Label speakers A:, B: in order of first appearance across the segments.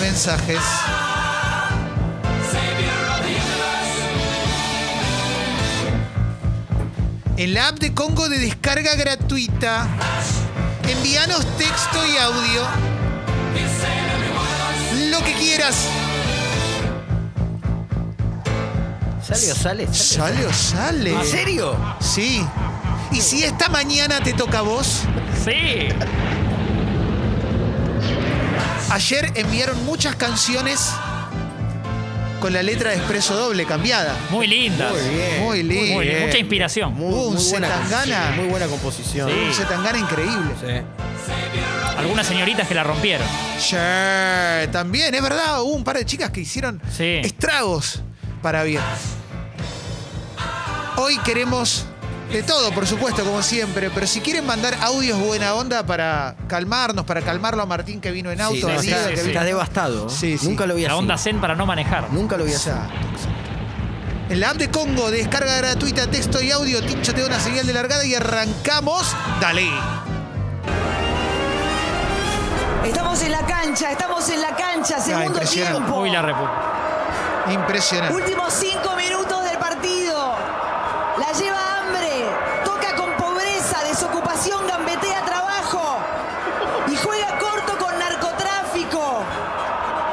A: mensajes. En la app de Congo de descarga gratuita, envíanos texto y audio. Lo que quieras.
B: ¿Sale o sale?
A: Sale o sale.
B: ¿En serio?
A: Sí. Y si esta mañana te toca a vos,
C: Sí.
A: ayer enviaron muchas canciones con la letra de expreso doble cambiada.
C: Muy lindas.
B: Muy bien.
A: Muy lindo.
C: Muy bien, Mucha inspiración.
B: Muy,
A: Uh, un
B: muy buena
A: Zetangana.
B: composición, Muy buena composición.
C: Sí.
A: Se tangana increíble.
B: Sí.
C: Algunas señoritas que la rompieron.
A: Sure, también, es verdad, hubo un par de chicas que hicieron
C: Sí.
A: estragos para bien. Hoy queremos de todo, por supuesto, como siempre, pero si quieren mandar audios buena onda para calmarnos, para calmarlo a Martín que vino en auto,
B: no,
A: a
C: sí,
A: Diego
C: sí,
A: que
C: sí.
A: vino-
B: Está devastado.
A: Sí, sí.
B: Nunca lo vi así.
C: La onda zen para no manejar.
B: Nunca lo vi así.
A: Exacto, exacto. En la app de Congo, descarga gratuita, texto y audio, Tincho te da una señal de largada y arrancamos. Dale.
D: Estamos en la cancha, estamos en la cancha, segundo
A: impresionante.
D: tiempo.
C: Muy la repu.
A: Impresionante.
D: Últimos cinco minutos del partido. La lleva hambre, toca con pobreza, desocupación, gambetea trabajo y juega corto con narcotráfico.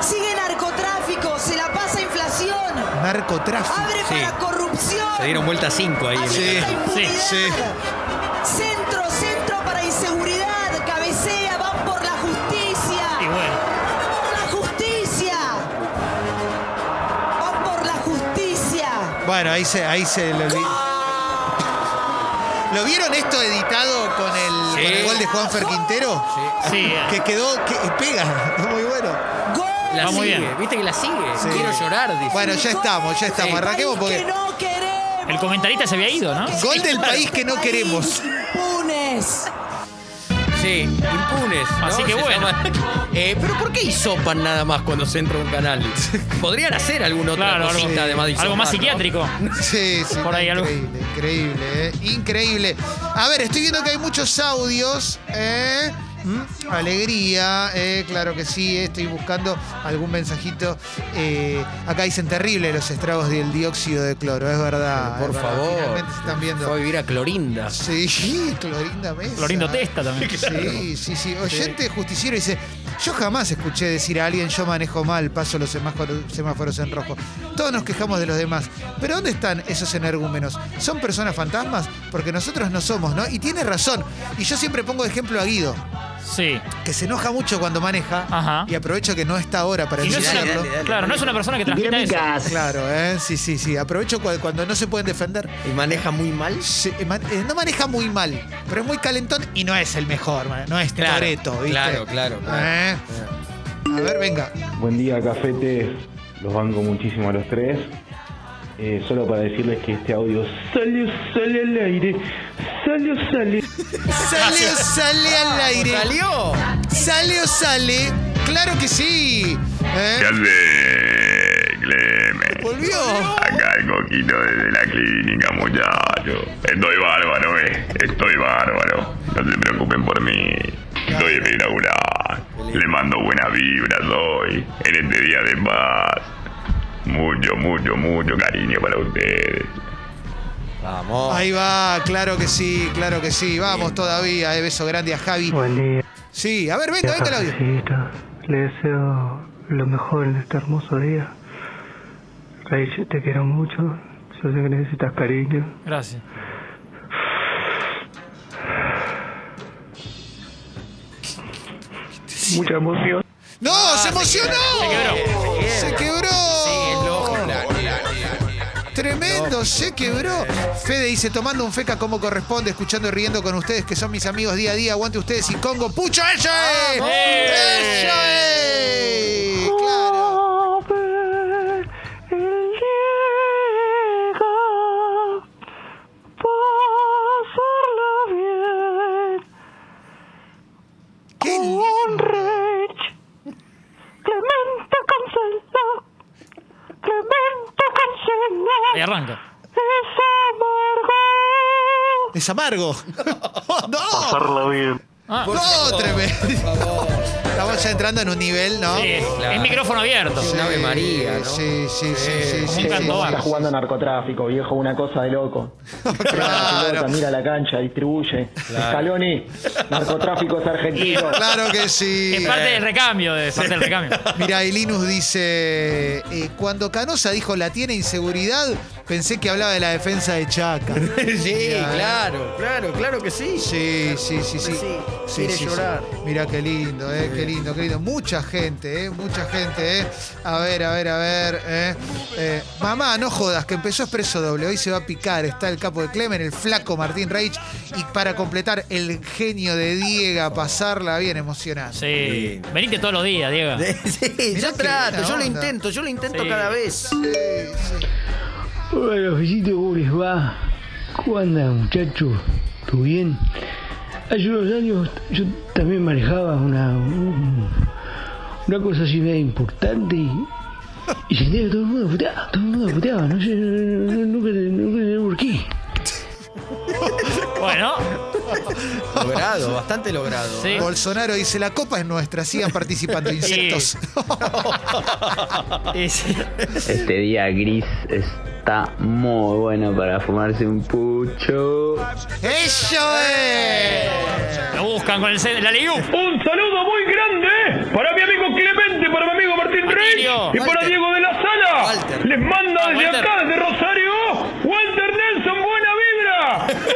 D: Sigue narcotráfico, se la pasa inflación,
A: Narcotráfico.
D: abre
B: Sí.
D: para corrupción.
B: Se dieron vuelta 5 ahí.
D: Alimenta
A: Sí,
D: impunidad.
A: sí, sí.
D: Centro, centro para inseguridad, cabecea, van por la justicia.
C: Y bueno,
D: por la justicia. Van por la justicia.
A: Bueno, ahí se, ahí se lo vi. ¿Lo vieron esto editado con el,
B: Sí.
A: con el gol de Juanfer Quintero?
C: sí. eh.
A: Que quedó, que pega, es muy bueno.
D: Gol.
B: La
C: Va muy
B: sigue.
C: bien.
B: Viste que la sigue.
A: Sí.
B: Quiero llorar, dice.
A: Bueno, ya estamos, ya estamos.
B: Sí.
A: Arranquemos
D: Que
A: porque.
D: no queremos.
C: El comentarista se había ido, ¿no?
A: Gol del país que no
D: País
A: queremos.
D: Impunes.
B: Sí, impunes. ¿no?
C: Así que
B: Se
C: bueno.
B: llama- Eh, Pero ¿por qué hisopan nada más cuando se entra a un canal? Podrían hacer alguna otra
C: Claro, algo,
B: cosita además de
C: algo más
B: hisopar, ¿no?
C: psiquiátrico.
A: Sí, sí.
C: Por ahí algo.
A: increíble, increíble, ¿eh? Increíble. A ver, estoy viendo que hay muchos audios. ¿eh? Mm, Alegría, ¿eh? claro que sí. eh, Estoy buscando algún mensajito. eh, acá dicen terrible los estragos del dióxido de cloro, es verdad. Ah,
B: Por
A: es verdad,
B: favor.
A: Finalmente se están
B: Fue a
A: viendo.
B: vivir a Clorinda.
A: Sí, Clorinda Mesa.
C: Clorindo Testa también.
A: Sí, sí, sí. Oyente justiciero dice, yo jamás escuché decir a alguien yo manejo mal, paso los semáforos, semáforos en rojo. Todos nos quejamos de los demás. Pero ¿dónde están esos energúmenos? ¿Son personas fantasmas? Porque nosotros no somos, ¿no? Y tiene razón. Y yo siempre pongo de ejemplo a Guido,
C: Sí.
A: que se enoja mucho cuando maneja
C: Ajá.
A: y aprovecho que no está ahora para
C: Y no es una-
A: enseñarlo.
C: claro, no es una persona que transmita eso.
A: Claro, ¿eh? Sí, sí, sí. Aprovecho cu- cuando no se pueden defender.
B: Y maneja muy mal.
A: Se- eh, man- eh, no maneja muy mal, pero es muy calentón y no es el mejor, man- no es
B: Claro,
A: Toretto, ¿viste?
B: claro, claro, claro.
A: ¿Eh? A ver, venga.
E: Buen día, cafetes. Los banco muchísimo a los tres. Eh, solo para decirles que este audio salió, sale al aire. Salió, sale.
A: Sale o sale al aire.
B: ¡Salió!
A: Sale o sale. Claro que sí. ¿Eh?
F: ¿Qué hace, Clemen?
A: Volvió.
F: Acá el coquito desde la clínica, muchacho. Estoy bárbaro, eh. Estoy bárbaro. No se preocupen por mí. Estoy en inaugural. Le mando buenas vibras hoy, en este día de paz. Mucho, mucho, mucho cariño para ustedes.
B: Vamos.
A: Ahí va, claro que sí, claro que sí. Vamos todavía. eh, beso grande a Javi.
G: Buen día,
A: Sí, a ver, venga, venga el audio.
G: cafecito. Le deseo lo mejor en este hermoso día. Rey, yo te quiero mucho. Yo sé que necesitas cariño.
C: Gracias.
G: Mucha emoción.
A: ¡No! Ah, ¡Se emocionó! Se quebró. Se quebró. Tremendo, se quebró. Fede dice, tomando un feca como corresponde, escuchando y riendo con ustedes, que son mis amigos día a día, aguante ustedes y Congo. ¡Pucho, eso es! ¡Eso es! Claro. ¡Qué lindo!
C: Ahí arranca.
A: Es amargo. ¡No!
C: Ah,
A: ¡No, tremendo! Estamos ya entrando en un nivel, ¿no?
C: Sí,
B: Claro.
C: Eh, Es micrófono abierto.
A: Sí,
B: Un Ave María, ¿no?
A: Sí, sí, sí, sí.
C: como
A: sí,
C: un
A: sí.
C: canto
H: Está
C: barro.
H: jugando a narcotráfico, viejo, una cosa de loco. La pelota,
A: Claro,
H: mira la cancha, distribuye. Scaloni, narcotráficos argentinos.
A: claro que sí.
C: Es parte del recambio, de- es parte del recambio.
A: Mira, y Linus dice, eh, cuando Canosa dijo la tiene inseguridad, pensé que hablaba de la defensa de Chaca.
B: Sí,
A: eh.
B: claro, claro, claro que sí.
A: Sí, sí, sí, sí.
B: Sí, quiere llorar.
A: Mira qué lindo, eh, qué lindo, qué lindo. Mucha gente, eh, mucha gente, eh. A ver, a ver, a ver. eh. Eh, mamá, no jodas, que empezó Expreso Doble. Hoy se va a picar. Está el capo de Clemen, el flaco Martín Reich. Y para completar, el genio de Diego, pasarla bien emocionante.
C: Sí. Venite todos los días, Diego.
B: Sí,
A: Mirá
B: yo
A: qué
B: trato,
A: buena
B: yo lo
A: onda.
B: intento, yo lo intento
C: Sí.
B: cada vez.
G: Hola, besitos, ¿cómo les va? ¿Cómo andan, muchachos? ¿Todo bien? Hace unos años yo también manejaba una, un- una cosa así media importante y, y sentía que todo el mundo puteaba, todo el mundo puteaba, no sé, no- no- nunca, nunca sé por qué.
C: Bueno,
B: Logrado, bastante logrado.
C: sí.
A: Bolsonaro dice, la copa es nuestra, sigan participando, insectos.
C: Y sí.
I: Este día gris está muy bueno para fumarse un pucho.
A: ¡Eso es!
C: Lo buscan con el C- la Liu.
E: Un saludo muy grande para mi amigo Clemente, para mi amigo Martín Rey
C: Martirio,
E: y para
B: Walter.
E: Diego de la Sala.
B: Walter.
E: Les manda desde
C: Walter.
E: acá, desde Rosario, Walter Nelson, buena vibra.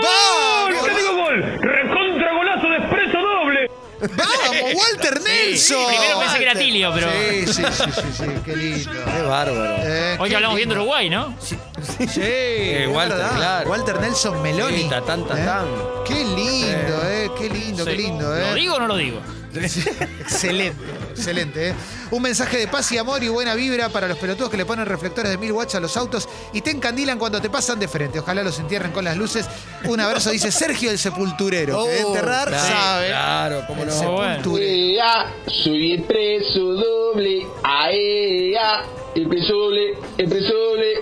E: ¡Gol!
A: ¡Vamos!
E: ¡Te digo gol! ¡Recontra golazo de expreso doble!
A: ¡Vamos, Walter Nelson!
C: Primero pensé que era Tilio, pero
A: Sí, sí, sí, sí, sí, qué lindo.
B: Qué bárbaro.
A: Eh,
C: hoy
A: qué
C: que hablamos bien de
A: lindo.
C: Uruguay, ¿no?
A: Sí, es
B: Walter,
A: verdad.
B: claro.
A: Walter Nelson Meloni.
B: Sí, tatán,
A: ¿Eh?
B: tatán.
A: Qué lindo, eh, qué lindo, qué
C: Sí.
A: lindo, eh.
C: ¿Lo digo o no lo digo?
A: Excelente, excelente. ¿eh? Un mensaje de paz y amor y buena vibra para los pelotudos que le ponen reflectores de mil watts a los autos y te encandilan cuando te pasan de frente. Ojalá los entierren con las luces. Un abrazo, dice Sergio el Sepulturero. que de enterrar
B: Oh, claro,
A: sabe.
B: Claro, cómo
A: El
B: no.
C: bueno.
A: Sepulturero.
H: soy el preso doble, aea, el preso doble, el preso doble.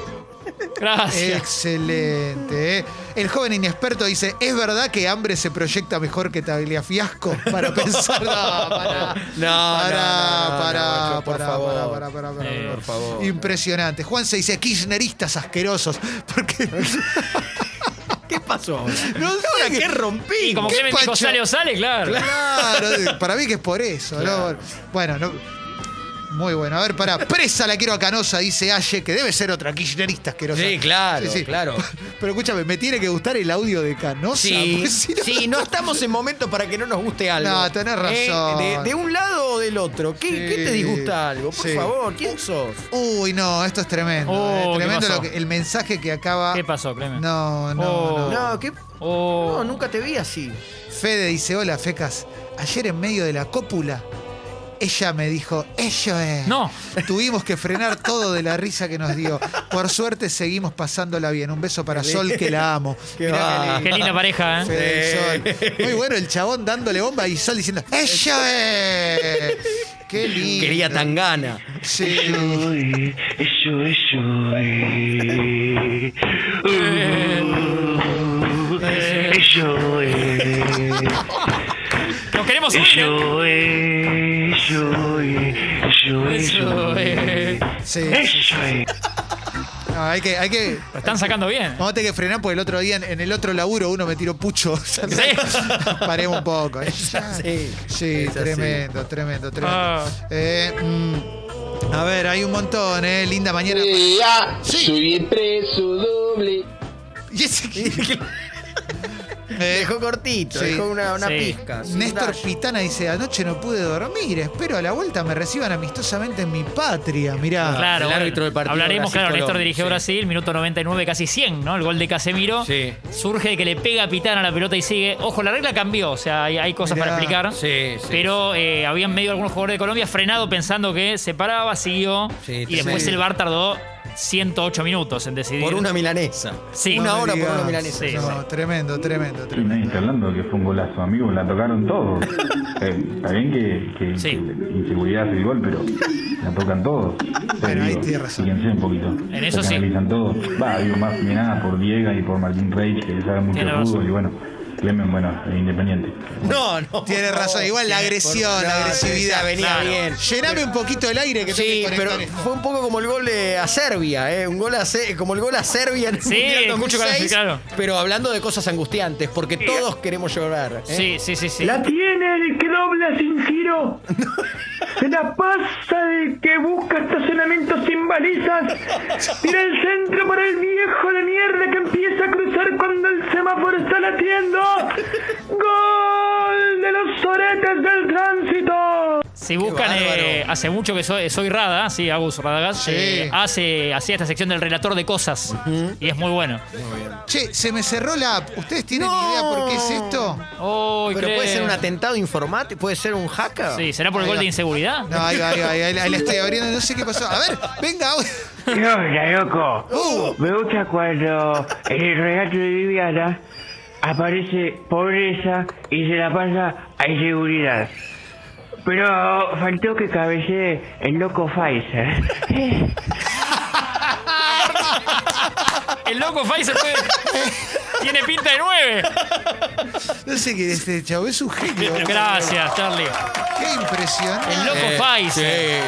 C: Gracias.
A: Excelente. ¿eh? El joven inexperto dice, ¿es verdad que hambre se proyecta mejor que Tagliafiasco? Para pensar... No, para,
B: No, no, no, no,
A: para,
B: no, por
A: para,
B: favor.
A: para, para, para, para,
C: Eh,
A: para.
B: por favor.
A: Impresionante. Juan se dice, kirchneristas asquerosos. Porque...
B: ¿Qué pasó ahora?
A: no sé
B: Ahora
A: qué-
B: que rompí.
C: Y como
A: ¿Qué
C: Clemente
A: pancho?
C: dijo, sale o sale, claro.
A: Claro, para mí que es por eso. ¿no? Bueno, no- Muy bueno. A ver, para Presa la quiero a Canosa, dice Aye, que debe ser otra kirchnerista asquerosa.
B: Sí, claro,
A: Sí, sí.
B: claro.
A: Pero escúchame, me tiene que gustar el audio de Canosa.
B: Sí,
A: porque pues, si no-
B: sí, no estamos en momentos para que no nos guste algo.
A: No, tenés
B: Eh,
A: razón.
B: de, de un lado o del otro. ¿Qué,
A: Sí,
B: qué te disgusta algo? Por
A: sí.
B: favor, ¿quién sos?
A: Uy, no, esto es tremendo. eh.
C: Oh, ¿qué
A: Tremendo
C: pasó?
A: lo que- el mensaje que acaba.
C: ¿Qué pasó, Clemen?
A: No, no,
C: Oh.
A: no.
B: No, ¿qué?
C: Oh.
B: No, nunca te vi así.
A: Fede dice: Hola, Fecas. Ayer en medio de la cópula, ella me dijo: Ello es.
C: No.
A: Tuvimos que frenar todo de la risa que nos dio. Por suerte seguimos pasándola bien. Un beso para Sol, que la amo.
B: Qué
A: Mirá
B: va.
C: Qué linda pareja, ¿eh?
A: Fede y Sol. Muy bueno el chabón dándole bomba y Sol diciendo, ¡Ello es! ¡Qué lindo!
B: Quería tangana.
A: Sí.
G: Soy, yo,
E: eh.
G: yo,
C: Nos queremos unir. ¿eh?
G: yo,
C: Eso, eh.
A: Sí, sí, sí. No, hay que, hay que.
C: Lo están sacando bien.
A: Vamos a tener que frenar porque el otro día en, en el otro laburo uno me tiró pucho. O sea, Paremos un poco.
B: así.
A: Sí,
B: Es así.
A: tremendo, tremendo, tremendo.
C: Ah.
A: Eh, mm, a ver, hay un montón, ¿eh? Linda mañana. Sí.
H: soy el preso doble.
A: Y ese que- Eh,
B: Dejó cortito,
A: Sí.
B: dejó una, una
C: Sí.
B: pizca. sin
A: Néstor
B: dash.
A: Pitana dice, anoche no pude dormir, espero a la vuelta me reciban amistosamente en mi patria. Mirá.
C: Claro,
B: Ah, el
C: bueno,
B: árbitro del partido
C: hablaremos, claro,
B: Brasil-Colombia,
C: Néstor dirigió
B: sí.
C: Brasil, minuto 99, casi 100, ¿no? El gol de Casemiro.
B: Sí.
C: Surge de que le pega a Pitana la pelota y sigue. Ojo, la regla cambió, o sea, hay, hay cosas
A: Mirá.
C: para explicar.
B: Sí, sí.
C: Pero eh, habían medio algunos jugadores de Colombia frenado pensando que se paraba, siguió.
B: Sí,
C: y después
A: tremendo.
C: el VAR tardó 108 minutos en decidir.
B: Por una milanesa.
C: Sí.
B: Una
A: No me
B: hora por
A: digas.
B: una milanesa.
C: Sí,
A: No,
C: sí.
A: Tremendo, tremendo,
E: Y nadie
A: tremendo.
E: está hablando que fue un golazo, amigo, la tocaron todos. Eh, está bien que, que-
C: Sí.
E: que inseguridad es el gol, pero la tocan todos.
A: Bueno, ahí tiene razón.
E: Fíjense un poquito.
C: En eso
E: La
C: sí.
E: canalizan todos. Va, digo, más que nada por Diego y por Martín Rey, que saben mucho
C: Tiene
E: de
C: razón.
E: fútbol, y bueno, Clemen, bueno, independiente.
B: No, no.
A: Tiene razón, igual la
B: Sí,
A: agresión,
B: por-
A: la
B: no,
A: agresividad.
B: esa venía
A: Claro.
B: bien.
A: Llename un poquito el aire que
B: Sí,
A: tengo que
B: pero
A: conectar esto.
B: fue un poco como el gol de a Serbia, ¿eh? un gol a Se- como el gol a Serbia en el
C: Sí,
B: Mundial
C: mucho
B: 2006,
C: calor, claro.
B: pero hablando de cosas angustiantes, porque todos queremos llorar. ¿eh?
C: Sí, sí, sí, sí.
E: ¡La tiene el que dobla sin giro! ¡Se la pasa el que busca estacionamiento sin balizas! ¡Tira el centro para el viejo de mierda que empieza a cruzar cuando el semáforo está latiendo! ¡Gol de los soretes del tránsito!
C: Si buscan,
B: Qué bárbaro.
C: eh, hace mucho que soy, soy Rada, sí, Agus Radagas,
A: Sí.
C: eh, hace, hacía esta sección del relator de cosas. Y es muy bueno.
A: Che, se me cerró la app. ¿Ustedes tienen idea por qué es esto?
C: Oh,
B: Pero puede ser un atentado informático, puede ser un hacker.
C: Sí, ¿será por el gol de inseguridad?
A: No, ahí va, ahí va, ahí, va, ahí la estoy abriendo, no sé qué pasó. A ver, venga, ahora.
E: ¡Hola, loco!
A: Uh,
E: Me gusta cuando en el relato de Viviana aparece pobreza y se la pasa a inseguridad. Pero faltó que cabecee el loco Pfizer.
C: El loco Pfizer puede- tiene pinta de nueve.
A: no sé qué es este chavo, es un genio.
C: Gracias, Charlie.
A: Qué impresión.
C: El loco
B: Eh,
C: Pfizer.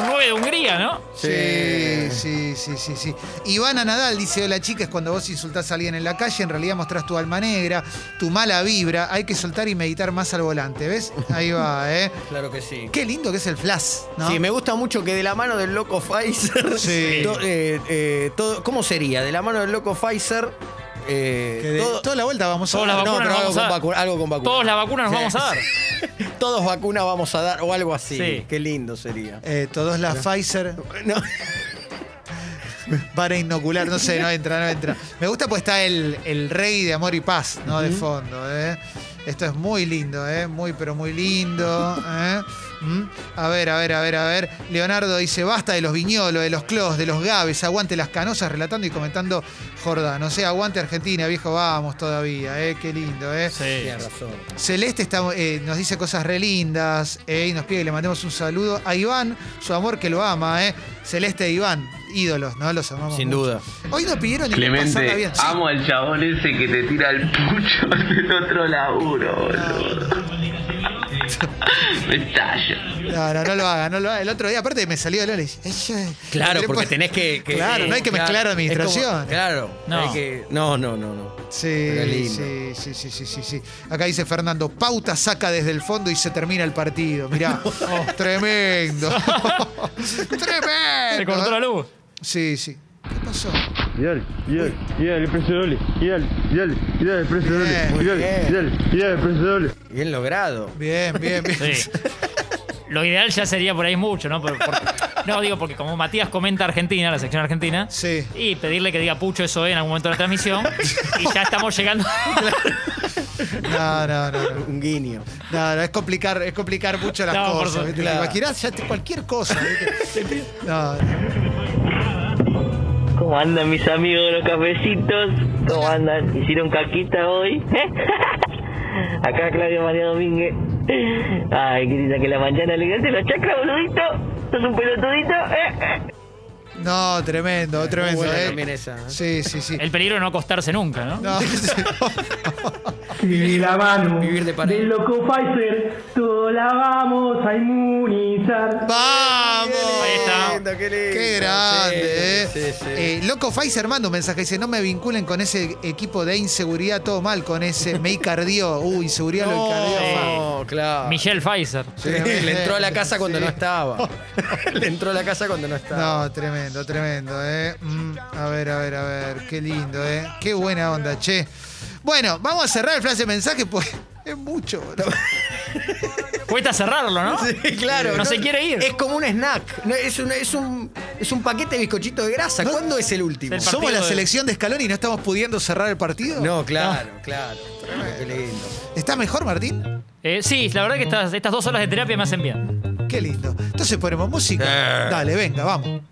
C: Un nueve de Hungría, ¿no?
A: Sí, sí, sí, sí, sí. Ivana Nadal dice, hola chicas, cuando vos insultás a alguien en la calle, en realidad mostrás tu alma negra, tu mala vibra, hay que soltar y meditar más al volante, ¿ves? Ahí va, ¿eh?
B: Claro que sí.
A: Qué lindo que es el flash, ¿no?
B: Sí, me gusta mucho que de la mano del loco Pfizer.
A: Sí.
B: to- eh, eh, todo, ¿Cómo sería? De la mano del loco Pfizer. eh,
A: Que de-
B: todo-
A: toda la vuelta vamos a
C: Todas
B: no,
C: las vacunas
B: pero
C: nos
B: algo
C: vamos a
B: con,
C: dar.
B: vacu- algo con vacuna.
C: Todas las vacunas nos
B: Sí.
C: vamos a dar.
B: Todos vacunas vamos a dar o algo así.
C: Sí.
B: Qué lindo sería.
A: Eh, todos la Pfizer
B: No.
A: van a inocular, no sé, no entra, no entra. Me gusta pues está el, el rey de amor y paz, ¿no? De fondo, ¿eh? Esto es muy lindo, ¿eh? Muy, pero muy lindo, ¿eh? ¿Mm? A ver, a ver, a ver, a ver. Leonardo dice, basta de los viñolos, de los clos, de los gaves, aguante las canosas, relatando y comentando Jordán. O sea, aguante Argentina, viejo, vamos todavía, ¿eh? Qué lindo, ¿eh?
C: Sí.
B: Tienes razón.
A: Celeste está, eh, nos dice cosas re lindas eh, y nos pide que le mandemos un saludo a Iván, su amor que lo ama. Eh. Celeste e Iván, ídolos, ¿no? Los amamos.
B: Sin
A: mucho.
B: duda.
A: Hoy nos pidieron ir a pasarla
I: Clemente,
A: bien. Sí.
I: amo al chabón ese que te tira el pucho del otro laburo, boludo. Me estallo.
A: No, no, no lo haga, no lo haga. El otro día, aparte, me salió el ole.
B: Claro, porque tenés que. que-
A: Claro, no hay que
B: claro.
A: mezclar
B: Es como-
A: administración.
B: Claro.
C: No.
B: hay que- no, no, no, no. Qué
A: Sí, sí,
B: lindo.
A: sí, sí, sí, sí, sí. Acá dice Fernando, pauta saca desde el fondo y se termina el partido. Mirá, Oh, tremendo. tremendo.
C: Se cortó la luz.
A: Sí, sí. ¿Qué pasó?
E: Y dale, y dale, y dale, preso doble. Y dale, y dale, y dale, preso doble.
A: Bien,
E: Y dale,
B: bien.
E: y dale, y dale, preso doble.
B: Bien logrado.
A: Bien, bien, bien.
C: Sí. Lo ideal ya sería por ahí mucho, ¿no? Por- por- no, digo, porque como Matías comenta Argentina, la sección argentina,
A: Sí.
C: y pedirle que diga pucho eso en algún momento de la transmisión, y ya estamos llegando.
A: No, no, no. no.
B: Un guiño.
A: No, no, es complicar, es complicar mucho las
C: No, por
A: cosas.
C: su-
A: ¿viste?
B: claro.
A: ¿Te imaginás? Ya te- cualquier cosa. ¿viste? No,
J: ¿Cómo andan mis amigos de los cafecitos? ¿Cómo andan? ¿Hicieron caquita hoy? Acá Claudio María Domínguez. Ay, querida, que la mañana le gaste la chacra, boludito. Sos un pelotudito.
A: no, tremendo, tremendo.
B: buena
A: ¿eh?
B: también esa, ¿eh?
A: Sí, sí, sí.
C: El peligro de no acostarse nunca, ¿no?
A: No, sí.
E: Y la mano
B: Vivir de pared.
E: del loco Pfizer, todos la vamos a inmunizar.
A: ¡Vamos!
C: Ahí está.
B: lindo, qué lindo.
A: Qué grande,
B: Sí,
A: ¿eh?
B: sí, sí.
A: Eh, Loco Pfizer manda un mensaje, dice, no me vinculen con ese equipo de inseguridad, todo mal con ese, me cardió, uh, inseguridad lo encardió.
B: No, claro.
C: Michelle Pfizer.
B: Sí, le entró a la casa cuando no estaba. le entró a la casa cuando no estaba.
A: No, tremendo, tremendo, ¿eh? Mm, a ver, a ver, a ver. Qué lindo, ¿eh? Qué buena onda, che. Bueno, vamos a cerrar el flash de mensaje, pues. Es mucho, boludo.
C: Cuesta cerrarlo, ¿no?
B: Sí, claro.
C: No se quiere ir.
B: Es como un snack. No, es, un, es, un, es un paquete de bizcochito de grasa. ¿Cuándo es el último?
C: El partido
A: Somos la
C: de-
A: selección de escalón y no estamos pudiendo cerrar el partido.
B: No, claro, claro. Qué lindo.
A: ¿Está mejor, Martín?
C: Eh, sí, la verdad que estas, estas dos horas de terapia me hacen bien. Eh.
A: Qué lindo. Entonces ponemos música. Dale, venga, vamos.